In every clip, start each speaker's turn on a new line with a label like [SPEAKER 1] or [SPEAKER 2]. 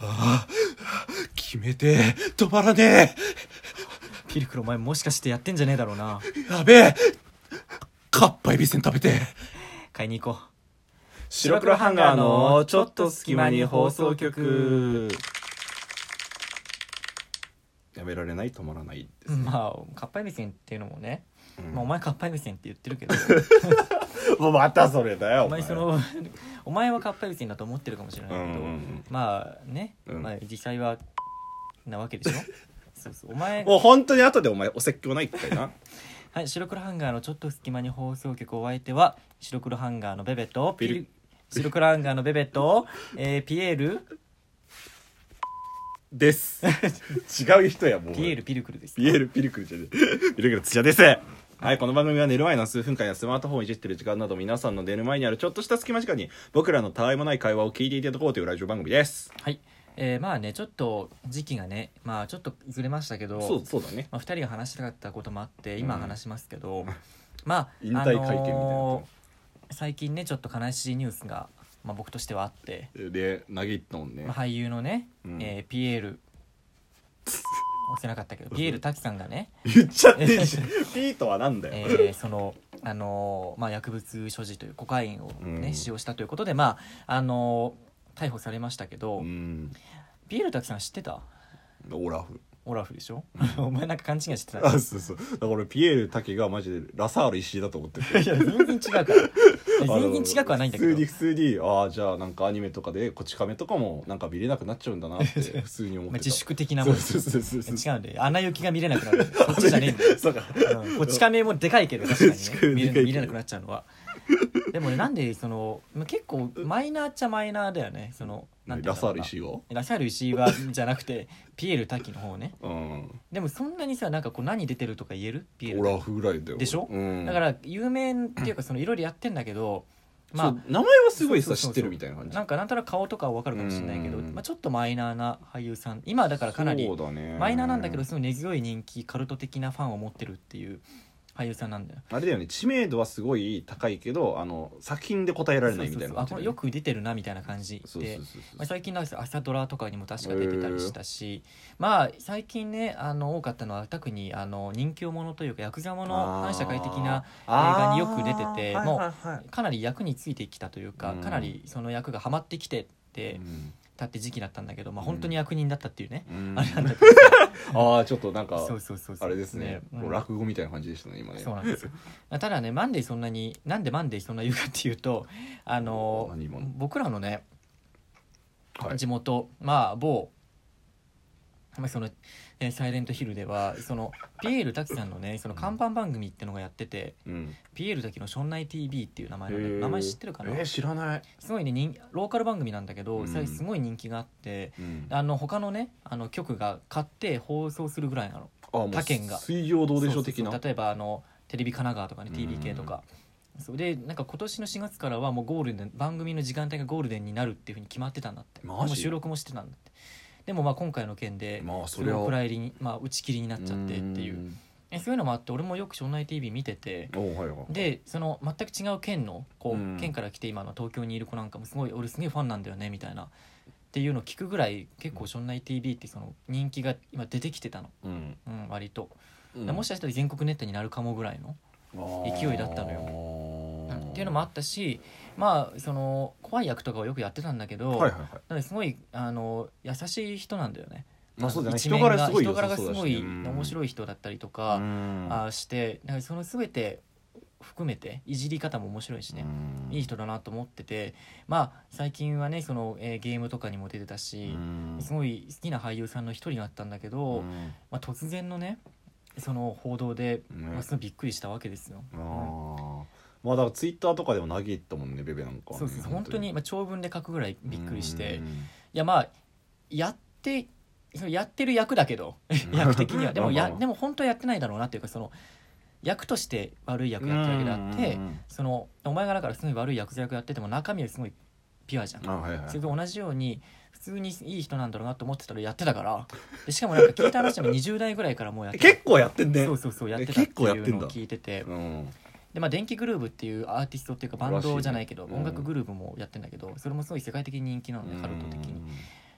[SPEAKER 1] ああ決めてえ止まらね
[SPEAKER 2] ピルクルお前もしかしてやってんじゃねえだろうな
[SPEAKER 1] えやべえかっぱえびせん食べてえ
[SPEAKER 2] 買いに行こう
[SPEAKER 3] 白黒ハンガーのちょっと隙間に放送局やめられない止まらないです、
[SPEAKER 2] まあかっぱえびせんっていうのもね、
[SPEAKER 3] うん
[SPEAKER 2] まあ、お前かっぱえびせんって言ってる けど
[SPEAKER 3] もうまたそれだよ
[SPEAKER 2] お前そのお前はかっぱえびせんだと思ってるかもしれ
[SPEAKER 3] うん
[SPEAKER 2] な
[SPEAKER 3] う
[SPEAKER 2] いけど、
[SPEAKER 3] ん
[SPEAKER 2] まあね、
[SPEAKER 3] うん
[SPEAKER 2] まあ、実際はなわ けでしょそうそうお
[SPEAKER 3] う
[SPEAKER 2] 前
[SPEAKER 3] ん、もう本当に後でお前お説教ないって な
[SPEAKER 2] はい、白黒ハンガーのちょっと隙間に放送局お相手は白黒ハンガーのベベとピ
[SPEAKER 3] ピル
[SPEAKER 2] ル白黒ハンガーのベ ベと、えーピエール
[SPEAKER 3] です違う人やもう
[SPEAKER 2] ピエールピルクルです
[SPEAKER 3] ピエールピルクルじゃねえ。ピルクル土屋です。はい、この番組は寝る前の数分間やスマートフォンをいじってる時間など皆さんの寝る前にあるちょっとした隙間時間に僕らのたわいもない会話を聞いていただこうというラジオ番組です。
[SPEAKER 2] はい、えーまあねちょっと時期がねまあちょっとずれましたけど
[SPEAKER 3] そう、そうだね。
[SPEAKER 2] まあ、2人が話したかったこともあって今
[SPEAKER 3] うん
[SPEAKER 2] 話しますけど、まあ
[SPEAKER 3] 引退会見みたいな
[SPEAKER 2] あ
[SPEAKER 3] の
[SPEAKER 2] のー最近ねちょっと悲しいニュースが、まあ、僕としてはあって、
[SPEAKER 3] で、投げたもんね
[SPEAKER 2] まあ、。俳優のね、
[SPEAKER 3] うん
[SPEAKER 2] えーピエール押せなかったけどピエール滝さんがね
[SPEAKER 3] 言っちゃってんじゃん。ピーとはなんだよ。
[SPEAKER 2] えーその、あのーまあ、薬物所持というコカインを、ね
[SPEAKER 3] うん
[SPEAKER 2] 使用したということで、まああのー逮捕されましたけど、
[SPEAKER 3] うん。
[SPEAKER 2] ピエール滝さん知ってた
[SPEAKER 3] オラフ。
[SPEAKER 2] オラフでしょ お前なんか勘違いしてた
[SPEAKER 3] あ、そうそう。だから俺ピエール滝がマジでラサール石井だと思ってる。
[SPEAKER 2] いや全然違うから全然違くはないんだけ
[SPEAKER 3] 普通に
[SPEAKER 2] ど
[SPEAKER 3] 普通に、ああ、じゃあなんかアニメとかでこち亀とかもなんか見れなくなっちゃうんだなって 普通に思っ
[SPEAKER 2] まあ
[SPEAKER 3] てた。
[SPEAKER 2] 自粛的なもん
[SPEAKER 3] そうそうそうそう。
[SPEAKER 2] 違うんで穴行きが見れなく なるそっちじゃねえんだよ
[SPEAKER 3] そうか。
[SPEAKER 2] うんこち亀もでかいけど確か
[SPEAKER 3] 確か
[SPEAKER 2] に
[SPEAKER 3] に
[SPEAKER 2] ね
[SPEAKER 3] で
[SPEAKER 2] 見
[SPEAKER 3] かいけど
[SPEAKER 2] れ見れなくなっちゃうのはでもねなんでそのまあ結構マイナーっちゃマイナーだよねそのなんてい
[SPEAKER 3] ラ
[SPEAKER 2] うんだ
[SPEAKER 3] サー
[SPEAKER 2] ろう
[SPEAKER 3] ル
[SPEAKER 2] な
[SPEAKER 3] 石井は
[SPEAKER 2] ラサール石井はじゃなくてピエール滝の方ね
[SPEAKER 3] うん。
[SPEAKER 2] でもそんなにさなんかこう何出てるとか言えるピエール
[SPEAKER 3] オラフぐらいだよ。
[SPEAKER 2] でしょ
[SPEAKER 3] うん。
[SPEAKER 2] だから有名っていうかそのいろいろやってんだけどま
[SPEAKER 3] まあ、
[SPEAKER 2] あ
[SPEAKER 3] 名前はすごい
[SPEAKER 2] そう
[SPEAKER 3] さ、
[SPEAKER 2] そうそ
[SPEAKER 3] 知って
[SPEAKER 2] う
[SPEAKER 3] るみたいな感じ
[SPEAKER 2] な。んかなんとなく顔とかは分かるかもしれないけど、
[SPEAKER 3] うん
[SPEAKER 2] まあ、ちょっとマイナーな俳優さん今だからかなり
[SPEAKER 3] そうだね
[SPEAKER 2] マイナーなんだけどすごい根強い人気カルト的なファンを持ってるっていう俳優さんなんだよ
[SPEAKER 3] あれだよね、知名度はすごい高いけど、あの、作品で答えられないみたいな
[SPEAKER 2] そう
[SPEAKER 3] 感
[SPEAKER 2] そう
[SPEAKER 3] じだ
[SPEAKER 2] そうあこれ
[SPEAKER 3] ね。
[SPEAKER 2] よく出てるなみたいな感じで
[SPEAKER 3] そうそうそう
[SPEAKER 2] まあ、
[SPEAKER 3] そう。
[SPEAKER 2] 最近なんか朝ドラとかにも確か出てたりしたし、まあ最近ねあの多かったのは特にあの人気者というかヤクザもの反社会的な画によく出てて
[SPEAKER 3] あー
[SPEAKER 2] もう
[SPEAKER 3] はいはいはい
[SPEAKER 2] かなり役についてきたというか、
[SPEAKER 3] うん
[SPEAKER 2] かなりその役がハマってきてってたって時期だったんだけど、まあ、本当に役人だったっていうね、
[SPEAKER 3] うん
[SPEAKER 2] あれなんだけど
[SPEAKER 3] ああ、ちょっとなんか
[SPEAKER 2] そ、うそうそうそう
[SPEAKER 3] あれですね、
[SPEAKER 2] うん
[SPEAKER 3] もう落語みたいな感じでしたね、今ね。
[SPEAKER 2] そうなんですよただねなんでそんなになんでなんでそんな言うかっていう とあの
[SPEAKER 3] 何今の
[SPEAKER 2] 僕らのね
[SPEAKER 3] はい
[SPEAKER 2] 地元、まあ某まあその、えーサイレントヒル」ではそのピエール滝さんのねその看板番組ってのがやってて、
[SPEAKER 3] うん。
[SPEAKER 2] ピエール滝の「ションナイ TV」っていう名前の
[SPEAKER 3] へ
[SPEAKER 2] ね
[SPEAKER 3] ー
[SPEAKER 2] 名前知ってるかな、
[SPEAKER 3] えー、知らない。
[SPEAKER 2] すごいね人ローカル番組なんだけど、
[SPEAKER 3] うん
[SPEAKER 2] それすごい人気があって
[SPEAKER 3] うん
[SPEAKER 2] あの他のねあの局が買って放送するぐらいなの
[SPEAKER 3] あもう
[SPEAKER 2] 他県が
[SPEAKER 3] 水曜どうでしょう的
[SPEAKER 2] そそ
[SPEAKER 3] な
[SPEAKER 2] そ。例えばあのテレビ神奈川とかね
[SPEAKER 3] うん
[SPEAKER 2] TBK とかそうでなんか今年の4月からはもうゴールデン番組の時間帯がゴールデンになるっていうふうに決まってたんだって
[SPEAKER 3] マジ
[SPEAKER 2] もう収録もしてたんだってでもまあ今回の件で
[SPEAKER 3] まあ、
[SPEAKER 2] そ
[SPEAKER 3] そ
[SPEAKER 2] れ
[SPEAKER 3] れ
[SPEAKER 2] を
[SPEAKER 3] は。
[SPEAKER 2] 暗入りに、まあ、打ち切りになっちゃってっていうえそういうのもあって俺もよく「庄内 TV」見てて
[SPEAKER 3] うん。おうはいはい。
[SPEAKER 2] でその全く違う県のこ
[SPEAKER 3] うん
[SPEAKER 2] う県から来て今の東京にいる子なんかもすごい俺すげえファンなんだよねみたいなっていうのを聞くぐらい結構「庄内 TV」ってその人気が今出てきてたの、
[SPEAKER 3] うん。
[SPEAKER 2] うん、割と。
[SPEAKER 3] うん
[SPEAKER 2] もしかしたら全国ネットになるかもぐらいの、勢いだったの
[SPEAKER 3] よ
[SPEAKER 2] っていうのもあったしまあその怖い役とかをよくやってたんだけど、
[SPEAKER 3] はいはいはい
[SPEAKER 2] なのですごいあの優しい人なんだよね。
[SPEAKER 3] まあそうだね
[SPEAKER 2] 一
[SPEAKER 3] 人
[SPEAKER 2] 面
[SPEAKER 3] 柄すごい
[SPEAKER 2] 人
[SPEAKER 3] 良
[SPEAKER 2] 柄
[SPEAKER 3] さ
[SPEAKER 2] が
[SPEAKER 3] そ
[SPEAKER 2] す
[SPEAKER 3] うだしね
[SPEAKER 2] ごい
[SPEAKER 3] うん
[SPEAKER 2] 面白い人だったりと
[SPEAKER 3] う
[SPEAKER 2] か、
[SPEAKER 3] ん
[SPEAKER 2] あしてなんかその全て含めていじり方も面白いしね、いい人だなと思っててまあ最近はねその、えーゲームとかにも出てた
[SPEAKER 3] う
[SPEAKER 2] し、
[SPEAKER 3] ん
[SPEAKER 2] すごい好きな俳優さんの一人だったんだけど、
[SPEAKER 3] うん
[SPEAKER 2] まあ、突然のねその報道で、
[SPEAKER 3] ね
[SPEAKER 2] まあ、すごいびっくりしたわけですよ。
[SPEAKER 3] あーまあだからツイッターとかでも嘆いたもんねベベなんかはね
[SPEAKER 2] そうそう本当に、まあ、長文で書くぐらいびっくりして、
[SPEAKER 3] うん
[SPEAKER 2] いやまあやってそのやってる役だけど役 的にはでも
[SPEAKER 3] まあ
[SPEAKER 2] や
[SPEAKER 3] まあまあ
[SPEAKER 2] でも本当はやってないだろうなっていうかその役として悪い役やってるわけであって
[SPEAKER 3] うん
[SPEAKER 2] そのお前がだからすごい悪い役役やってても中身はすごいピュアじゃん。
[SPEAKER 3] あはいはい
[SPEAKER 2] それと同じように普通にいい人なんだろうなと思ってたらやってたからでしかもなんか聞いた話でも20代ぐらいからもうやっ
[SPEAKER 3] え
[SPEAKER 2] て
[SPEAKER 3] 結構やってんね
[SPEAKER 2] そうそうそうやってたって
[SPEAKER 3] 結構やっ
[SPEAKER 2] い
[SPEAKER 3] て
[SPEAKER 2] うんの
[SPEAKER 3] だ
[SPEAKER 2] を聞いてて
[SPEAKER 3] うん
[SPEAKER 2] でまあ、電気グルーヴっていうアーティストっていうかバンドじゃないけど
[SPEAKER 3] らしいね
[SPEAKER 2] 音楽グルーヴもやってんだけどそれもすごい世界的に人気なのねカルト的に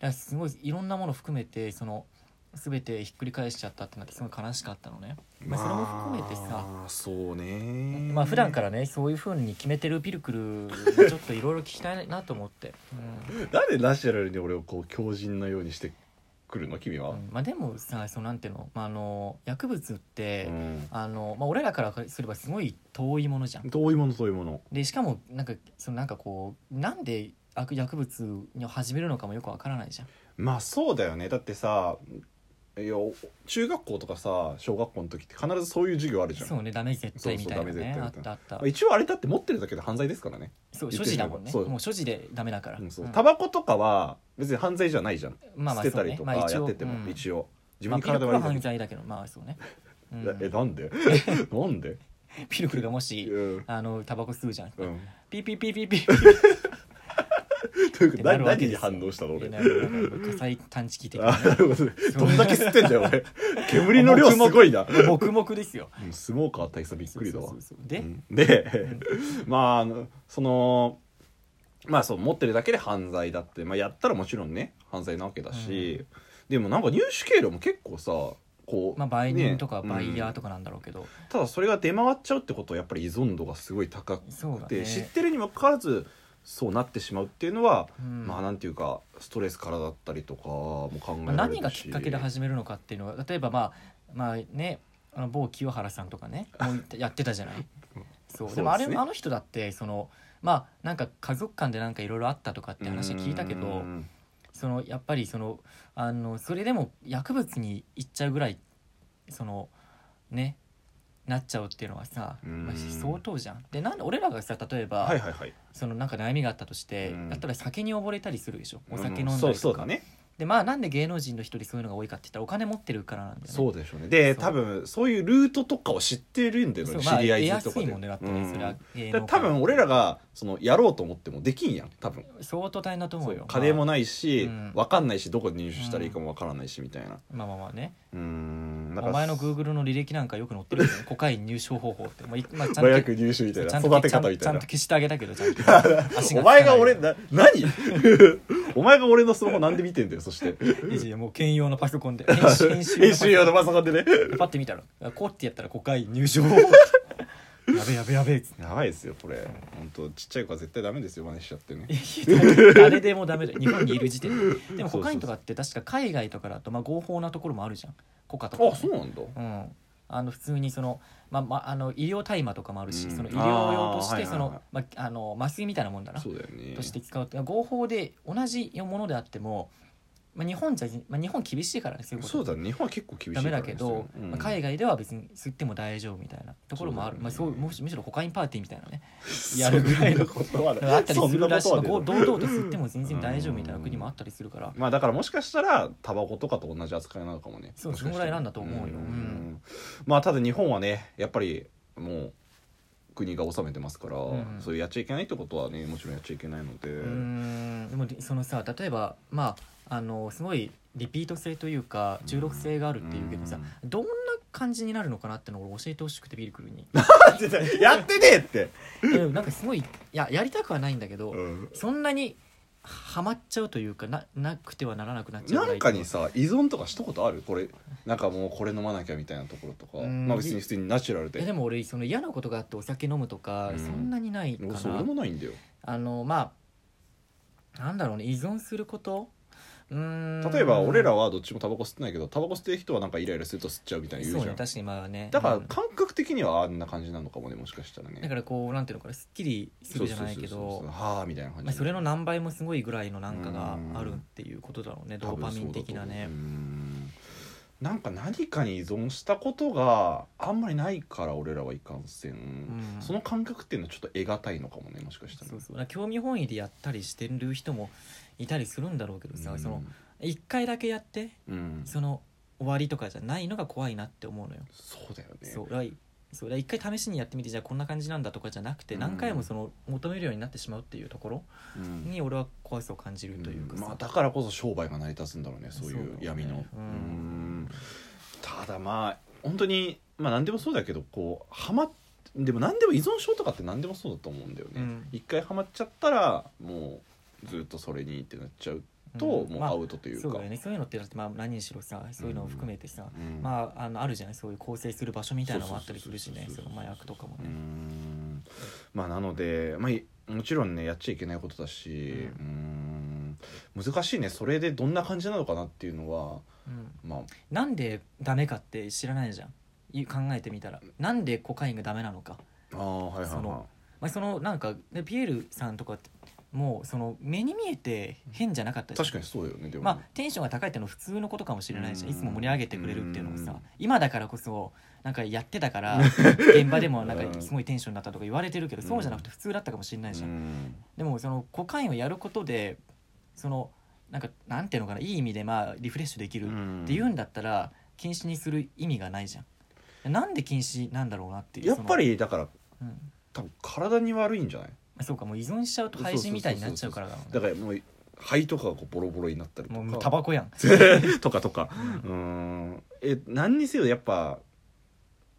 [SPEAKER 2] やすごいいろんなもの含めてその全てひっくり返しちゃったってなってすごい悲しかったのね、まあ、それも含めてさ、
[SPEAKER 3] まあそうね
[SPEAKER 2] まあ普段からねそういうふうに決めてるピルクルもちょっといろいろ聞きたいなと思って、うん
[SPEAKER 3] なんでナチュラルに俺をこう強靭なようにしてくるの君は、
[SPEAKER 2] うんまあ、でもさそのなんていうの,、まあ、あの薬物って、
[SPEAKER 3] うん
[SPEAKER 2] あのまあ、俺らからすればすごい遠いものじゃん。
[SPEAKER 3] 遠いもの遠いもの
[SPEAKER 2] でしかもなんかそのなんかこうなんで悪薬物を始めるのかもよくわからないじゃん。
[SPEAKER 3] まあそうだよねだってさいや中学校とかさ小学校の時って必ずそういう授業あるじゃん、
[SPEAKER 2] そうねダメ絶対みたいな
[SPEAKER 3] そうそうダメ
[SPEAKER 2] ね
[SPEAKER 3] 絶対
[SPEAKER 2] あ
[SPEAKER 3] み
[SPEAKER 2] ったたあった
[SPEAKER 3] まあ一応あれだって持ってるだけで犯罪ですからね、
[SPEAKER 2] そう
[SPEAKER 3] 言
[SPEAKER 2] 所
[SPEAKER 3] って
[SPEAKER 2] 持
[SPEAKER 3] みれ
[SPEAKER 2] だ
[SPEAKER 3] ば
[SPEAKER 2] もんね
[SPEAKER 3] そう
[SPEAKER 2] もう所持でダメだから、
[SPEAKER 3] うんそう
[SPEAKER 2] うん
[SPEAKER 3] タバコとかは別に犯罪じゃないじゃん、
[SPEAKER 2] まあまあ
[SPEAKER 3] 捨てたりとかや
[SPEAKER 2] そうねまあ一
[SPEAKER 3] っ
[SPEAKER 2] 応
[SPEAKER 3] てても、
[SPEAKER 2] うん
[SPEAKER 3] 一応自
[SPEAKER 2] ま
[SPEAKER 3] 分に
[SPEAKER 2] あピルク
[SPEAKER 3] 体
[SPEAKER 2] ル
[SPEAKER 3] 悪
[SPEAKER 2] はい
[SPEAKER 3] だけ
[SPEAKER 2] 犯罪だけどまあそうね、う
[SPEAKER 3] ええ
[SPEAKER 2] ん、
[SPEAKER 3] なんで なんで
[SPEAKER 2] ピルクルがも
[SPEAKER 3] う
[SPEAKER 2] し
[SPEAKER 3] ん、
[SPEAKER 2] あのタバコ吸うじゃん、
[SPEAKER 3] うん、
[SPEAKER 2] ピーピーピーピーピー
[SPEAKER 3] という
[SPEAKER 2] って
[SPEAKER 3] か
[SPEAKER 2] な
[SPEAKER 3] な
[SPEAKER 2] るわ
[SPEAKER 3] 何
[SPEAKER 2] けです
[SPEAKER 3] に
[SPEAKER 2] よ
[SPEAKER 3] 反応したの
[SPEAKER 2] え
[SPEAKER 3] 俺
[SPEAKER 2] なんかなんか火災探知機的な
[SPEAKER 3] あなるほどねどんだけ吸ってんだよ 俺煙の量すごいな
[SPEAKER 2] 黙々ですよ
[SPEAKER 3] うんスモーカー大佐 びっくりだわ
[SPEAKER 2] そうそうそうで、
[SPEAKER 3] うんでまああのそのまあそう持ってるだけで犯罪だって、まあ、やったらもちろんね犯罪なわけだし、でもなんか入手経路も結構さこう、
[SPEAKER 2] まあ売人とか
[SPEAKER 3] ね
[SPEAKER 2] バイヤー
[SPEAKER 3] うん
[SPEAKER 2] とかなんだろうけど、
[SPEAKER 3] ただそれが出回っちゃうってことはやっぱり依存度がすごい高く
[SPEAKER 2] そうだ
[SPEAKER 3] て、
[SPEAKER 2] ね
[SPEAKER 3] 知ってるにもかかわらずそうなってしまうっていうのは、
[SPEAKER 2] うん
[SPEAKER 3] まあなんていうかストレスからだったりとかも考え
[SPEAKER 2] まあ
[SPEAKER 3] られるし、
[SPEAKER 2] 何がきっかけで始めるのかっていうのは例えばまあまあねあの某清原さんとかね もうやってたじゃないそうでもあれ
[SPEAKER 3] そうですね
[SPEAKER 2] あの人だってそのまあなんか家族間でなんかいろいろあったとかって話は聞いたけど、
[SPEAKER 3] うん
[SPEAKER 2] そのやっぱりそのあのそれでも薬物に行っちゃうぐらいそのねなっちゃうっていうのはさ、
[SPEAKER 3] うん
[SPEAKER 2] まあ相当じゃん。でなんで俺らがさ例えば、
[SPEAKER 3] はいはいはい
[SPEAKER 2] そのなんか悩みがあったとして、
[SPEAKER 3] うん
[SPEAKER 2] だったら酒に溺れたりするでしょお酒飲
[SPEAKER 3] う
[SPEAKER 2] んだりとか、
[SPEAKER 3] そうそうだね
[SPEAKER 2] でまあなんで芸能人の人でそういうのが多いかって言ったらお金持ってるからなんだよね
[SPEAKER 3] そうでしょうねで
[SPEAKER 2] そう
[SPEAKER 3] 多分そういうルートとかを知ってるんだよ
[SPEAKER 2] そ
[SPEAKER 3] ね
[SPEAKER 2] う
[SPEAKER 3] 知り合い
[SPEAKER 2] まあ、
[SPEAKER 3] で
[SPEAKER 2] 得
[SPEAKER 3] とか
[SPEAKER 2] やすい
[SPEAKER 3] で
[SPEAKER 2] もんねだって
[SPEAKER 3] う
[SPEAKER 2] ね、
[SPEAKER 3] ん
[SPEAKER 2] それは芸能
[SPEAKER 3] だ
[SPEAKER 2] 界
[SPEAKER 3] 多分俺らがそのやろうと思ってもできんやん多分
[SPEAKER 2] 相当大変だと思うよ
[SPEAKER 3] 家庭も
[SPEAKER 2] ま
[SPEAKER 3] ないし、
[SPEAKER 2] うん
[SPEAKER 3] わかんないしどこで入手したらいいかもわからないしみたいな
[SPEAKER 2] あ、まあまあまあね
[SPEAKER 3] うんなんか
[SPEAKER 2] お前のグーグルの履歴なんかよく載ってる よねコカイン入手方法って、まあいまあ、ちゃ
[SPEAKER 3] 麻
[SPEAKER 2] んと
[SPEAKER 3] 薬入手みたい
[SPEAKER 2] ちゃ
[SPEAKER 3] なん
[SPEAKER 2] と
[SPEAKER 3] 育て方み
[SPEAKER 2] ち
[SPEAKER 3] たい
[SPEAKER 2] ゃん
[SPEAKER 3] な
[SPEAKER 2] と消してあげたけどちゃんと 足
[SPEAKER 3] お前が
[SPEAKER 2] つかない
[SPEAKER 3] 俺な何 お前が俺のスマホなんで見てんだよそして
[SPEAKER 2] いやいやもう兼用のパソコ ンで編集編集のパ
[SPEAKER 3] 編
[SPEAKER 2] ソ
[SPEAKER 3] 集用のパソコンでね
[SPEAKER 2] コンでパッて見たらこうってやったらコカイン入手方法 やべやべやべっつって
[SPEAKER 3] やばいですよこれ本当ちっちゃい子は絶対ダメですよ真似しちゃってね
[SPEAKER 2] いや 誰でもダメだよ日本にいる 時点ででも
[SPEAKER 3] そうそうそ
[SPEAKER 2] コ
[SPEAKER 3] う
[SPEAKER 2] カインとかって確か海外とかだとまあ合法なところもあるじゃんコカとか、
[SPEAKER 3] あそうなんだ
[SPEAKER 2] うんあの普通にその,、まあまあ、あの医療大麻とかもあるし、
[SPEAKER 3] うん
[SPEAKER 2] その医療用とし
[SPEAKER 3] あーはいはいは
[SPEAKER 2] て
[SPEAKER 3] い
[SPEAKER 2] そのまああの麻酔みたいなもんだな
[SPEAKER 3] そうだよね
[SPEAKER 2] として使うって合法で同じものであっても、まあ、日本じゃ、まあ、日本厳しいからねそういうこと
[SPEAKER 3] そうだね日本は結構厳しい
[SPEAKER 2] ダメ
[SPEAKER 3] から
[SPEAKER 2] だ
[SPEAKER 3] ね
[SPEAKER 2] けど、
[SPEAKER 3] うん
[SPEAKER 2] まあ、海外では別に吸っても大丈夫みたいなところもある
[SPEAKER 3] そうだね
[SPEAKER 2] まあ、そうむしむしろコカインパーティーみたいなねやるぐらいの
[SPEAKER 3] そんなことはない
[SPEAKER 2] あったりするらしい
[SPEAKER 3] そん
[SPEAKER 2] ま
[SPEAKER 3] な
[SPEAKER 2] あ
[SPEAKER 3] こと
[SPEAKER 2] こ
[SPEAKER 3] は
[SPEAKER 2] う
[SPEAKER 3] ね
[SPEAKER 2] 堂々と吸っても全然大丈夫みたいな国もあったりするから
[SPEAKER 3] まあだからもしかしたらタバコとかと同じ扱いなのかもね
[SPEAKER 2] そう
[SPEAKER 3] もしかした
[SPEAKER 2] そのぐらいなんだと思うようん
[SPEAKER 3] まあただ日本はねやっぱりもう国が治めてますから、
[SPEAKER 2] うん
[SPEAKER 3] そういうやっちゃいけないってことはねもちろんやっちゃいけないので、
[SPEAKER 2] うーんでもりそのさ例えばまああのすごいリピート性というか中毒性があるっていうけどさどんな感じになるのかなってのを俺教えてほしくてビルク ルに
[SPEAKER 3] やってねえって、
[SPEAKER 2] でもなんかすごいいややりたくはないんだけど、そんなにはまっちゃうというかななくてはならなくなっちゃ
[SPEAKER 3] な
[SPEAKER 2] うぐらい
[SPEAKER 3] んかにさ依存とかしたことあるこれなんかもうこれ飲まなきゃみたいなところとか、
[SPEAKER 2] うん
[SPEAKER 3] まあ別に普通にナチュラル
[SPEAKER 2] いや
[SPEAKER 3] で
[SPEAKER 2] でも俺その嫌なことがあってお酒飲むとか
[SPEAKER 3] うん
[SPEAKER 2] そんなにないか
[SPEAKER 3] そう
[SPEAKER 2] な
[SPEAKER 3] 俺もないんだよ
[SPEAKER 2] あのまあなんだろうね依存することうーん
[SPEAKER 3] 例えば俺らはどっちもタバコ吸ってないけどタバコ吸ってる人はなんかイライラすると吸っちゃうみたいな言う
[SPEAKER 2] そう
[SPEAKER 3] じゃ
[SPEAKER 2] ね
[SPEAKER 3] ん
[SPEAKER 2] 確かにまあね
[SPEAKER 3] だから
[SPEAKER 2] うん
[SPEAKER 3] 感覚的にはあんな感じなのかもねもしかしたらね
[SPEAKER 2] だからこうなんていうのかなすっきりするじゃない
[SPEAKER 3] そうそ
[SPEAKER 2] け
[SPEAKER 3] うそうそう
[SPEAKER 2] ど
[SPEAKER 3] はあみたいな感じ
[SPEAKER 2] まあそれの何倍もすごいぐらいのなんかがあるっていうことだろうねド
[SPEAKER 3] 多
[SPEAKER 2] ー
[SPEAKER 3] 分
[SPEAKER 2] パ
[SPEAKER 3] そうだと
[SPEAKER 2] ミ
[SPEAKER 3] 思
[SPEAKER 2] ン
[SPEAKER 3] う
[SPEAKER 2] 的なね
[SPEAKER 3] うんなんか何かに依存したことがあんまりないから俺らはいかんせん、
[SPEAKER 2] ん
[SPEAKER 3] その感覚っていうのはちょっと得難いのかもねもしかしたら
[SPEAKER 2] そうそうだから興味本位でやったりしてる人もいたりするんだろうけどさ
[SPEAKER 3] うん
[SPEAKER 2] その一回だけやって
[SPEAKER 3] うん
[SPEAKER 2] その終わりとかじゃないのが怖いなって思うのよ
[SPEAKER 3] そうだよね
[SPEAKER 2] そうだからそうだから一回試しにやってみてじゃあこんな感じなんだとかじゃなくて
[SPEAKER 3] うん
[SPEAKER 2] 何回もその求めるようになってしまうっていうところ
[SPEAKER 3] うん
[SPEAKER 2] に俺は怖さを感じるというか
[SPEAKER 3] まあ、
[SPEAKER 2] さ、
[SPEAKER 3] だからこそ商売が成り立つんだろうねそういう闇の
[SPEAKER 2] そうだねうん
[SPEAKER 3] うんただまあ本当にまあ何でもそうだけどこうハマっでも何でも依存症とかって何でもそうだと思うんだよね、
[SPEAKER 2] うん
[SPEAKER 3] 一回ハマっちゃったらもうずっとそれにってなっちゃうと
[SPEAKER 2] うん
[SPEAKER 3] もう
[SPEAKER 2] まあ
[SPEAKER 3] アウトという
[SPEAKER 2] そう
[SPEAKER 3] か
[SPEAKER 2] だよねそういうのってだってまあ何にしろさそういうのを含めてさ、
[SPEAKER 3] うん
[SPEAKER 2] まああのあるじゃないそういう構成する場所みたいなのもあったりするしね
[SPEAKER 3] そうそ
[SPEAKER 2] そう
[SPEAKER 3] そうそう
[SPEAKER 2] の麻薬とかも
[SPEAKER 3] う
[SPEAKER 2] ね、
[SPEAKER 3] んまあなので、まあい、もちろんねやっちゃいけないことだし、うん難しいねそれでどんな感じなのかなっていうのは
[SPEAKER 2] うん
[SPEAKER 3] まあ
[SPEAKER 2] なんでダメかって知らないじゃんい考えてみたらなんでコカインがダメなのか、
[SPEAKER 3] あーはいはい
[SPEAKER 2] そ
[SPEAKER 3] は
[SPEAKER 2] のまあ、そのなんかでピエールさんとかってもうその目に見えて変じゃなかった
[SPEAKER 3] い
[SPEAKER 2] じゃん
[SPEAKER 3] 確かにそうだよねでも、
[SPEAKER 2] まあ、テンションが高いってのは普通のことかもしれないじゃん
[SPEAKER 3] うん
[SPEAKER 2] いつも盛り上げてくれるっていうのも
[SPEAKER 3] うん
[SPEAKER 2] さ今だからこそなんかやってたから 現場でもなん
[SPEAKER 3] うん
[SPEAKER 2] かすごいテンションだったとか言われてるけど
[SPEAKER 3] うん
[SPEAKER 2] そうじゃなくて普通だったかもしれないじゃ
[SPEAKER 3] うんん
[SPEAKER 2] でもそのコカインをやることでそのなんかなんていうのかないい意味でまあリフレッシュできるっていうんだったら禁止にする意味がないじゃんなんで禁止なんだろうなっていう
[SPEAKER 3] やっぱ
[SPEAKER 2] り、
[SPEAKER 3] りだから
[SPEAKER 2] うんま
[SPEAKER 3] 多分体に悪いんじゃない
[SPEAKER 2] あそうかもう依存しちゃうと廃止みたいになっちゃうからだもんね
[SPEAKER 3] だからもう肺とかがこうボロボロになったりとか
[SPEAKER 2] もうタバコやん
[SPEAKER 3] とかとかうーんえ何にせよやっぱ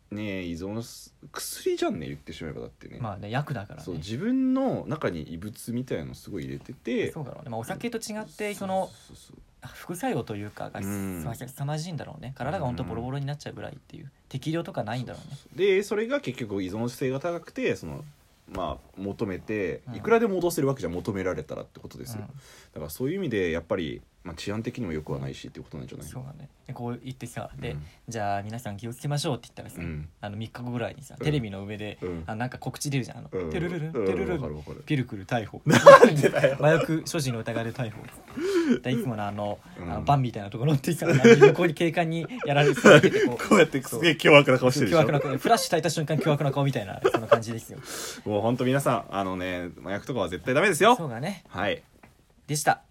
[SPEAKER 3] ねえ依存す薬じゃんね言ってしまえばだってね,、
[SPEAKER 2] まあね薬だからね
[SPEAKER 3] そう自分の中に異物みたいのすごい入れてて
[SPEAKER 2] そうだろうね、まあ、お酒と違ってその
[SPEAKER 3] うそうそう
[SPEAKER 2] 副作用というかが
[SPEAKER 3] うん
[SPEAKER 2] すさまじいんだろうね体が本当ボロボロになっちゃうぐらいっていう適量とかないんだろうね
[SPEAKER 3] でそれが結局依存性が高くてそのまあ求めて
[SPEAKER 2] うん
[SPEAKER 3] いくらでも戻せるわけじゃん求められたらってことですよ、
[SPEAKER 2] うん
[SPEAKER 3] だからそういう意味でやっぱり、まあ、治安的にも良くはないしっていうことなんじゃない
[SPEAKER 2] そうだねでこう言ってさで、
[SPEAKER 3] うん
[SPEAKER 2] じゃあ皆さん気をつけましょうって言ったらさ、
[SPEAKER 3] うん
[SPEAKER 2] あの3日後ぐらいにさ
[SPEAKER 3] うん
[SPEAKER 2] テレビの上で、
[SPEAKER 3] うん
[SPEAKER 2] あなんか告知出るじゃんあの、
[SPEAKER 3] うん
[SPEAKER 2] テルルルン
[SPEAKER 3] うん
[SPEAKER 2] テルル
[SPEAKER 3] わかる
[SPEAKER 2] ル
[SPEAKER 3] わかる
[SPEAKER 2] ピルクル逮捕
[SPEAKER 3] なんでだよ
[SPEAKER 2] 麻薬所持の疑いで逮捕でいつものあの,、
[SPEAKER 3] うん
[SPEAKER 2] あのバンみたいなところ乗ってきたら横に警官にやられて座っててこう
[SPEAKER 3] こうやってすげえ凶悪な顔してるでし
[SPEAKER 2] 凶
[SPEAKER 3] ょ
[SPEAKER 2] 悪な顔フラッシュ焚いた瞬間凶悪な顔みたいなそんな感じ ですよ
[SPEAKER 3] もう本当皆さんあのね麻薬とかは絶対ダメですよ
[SPEAKER 2] そうだね
[SPEAKER 3] はい
[SPEAKER 2] でした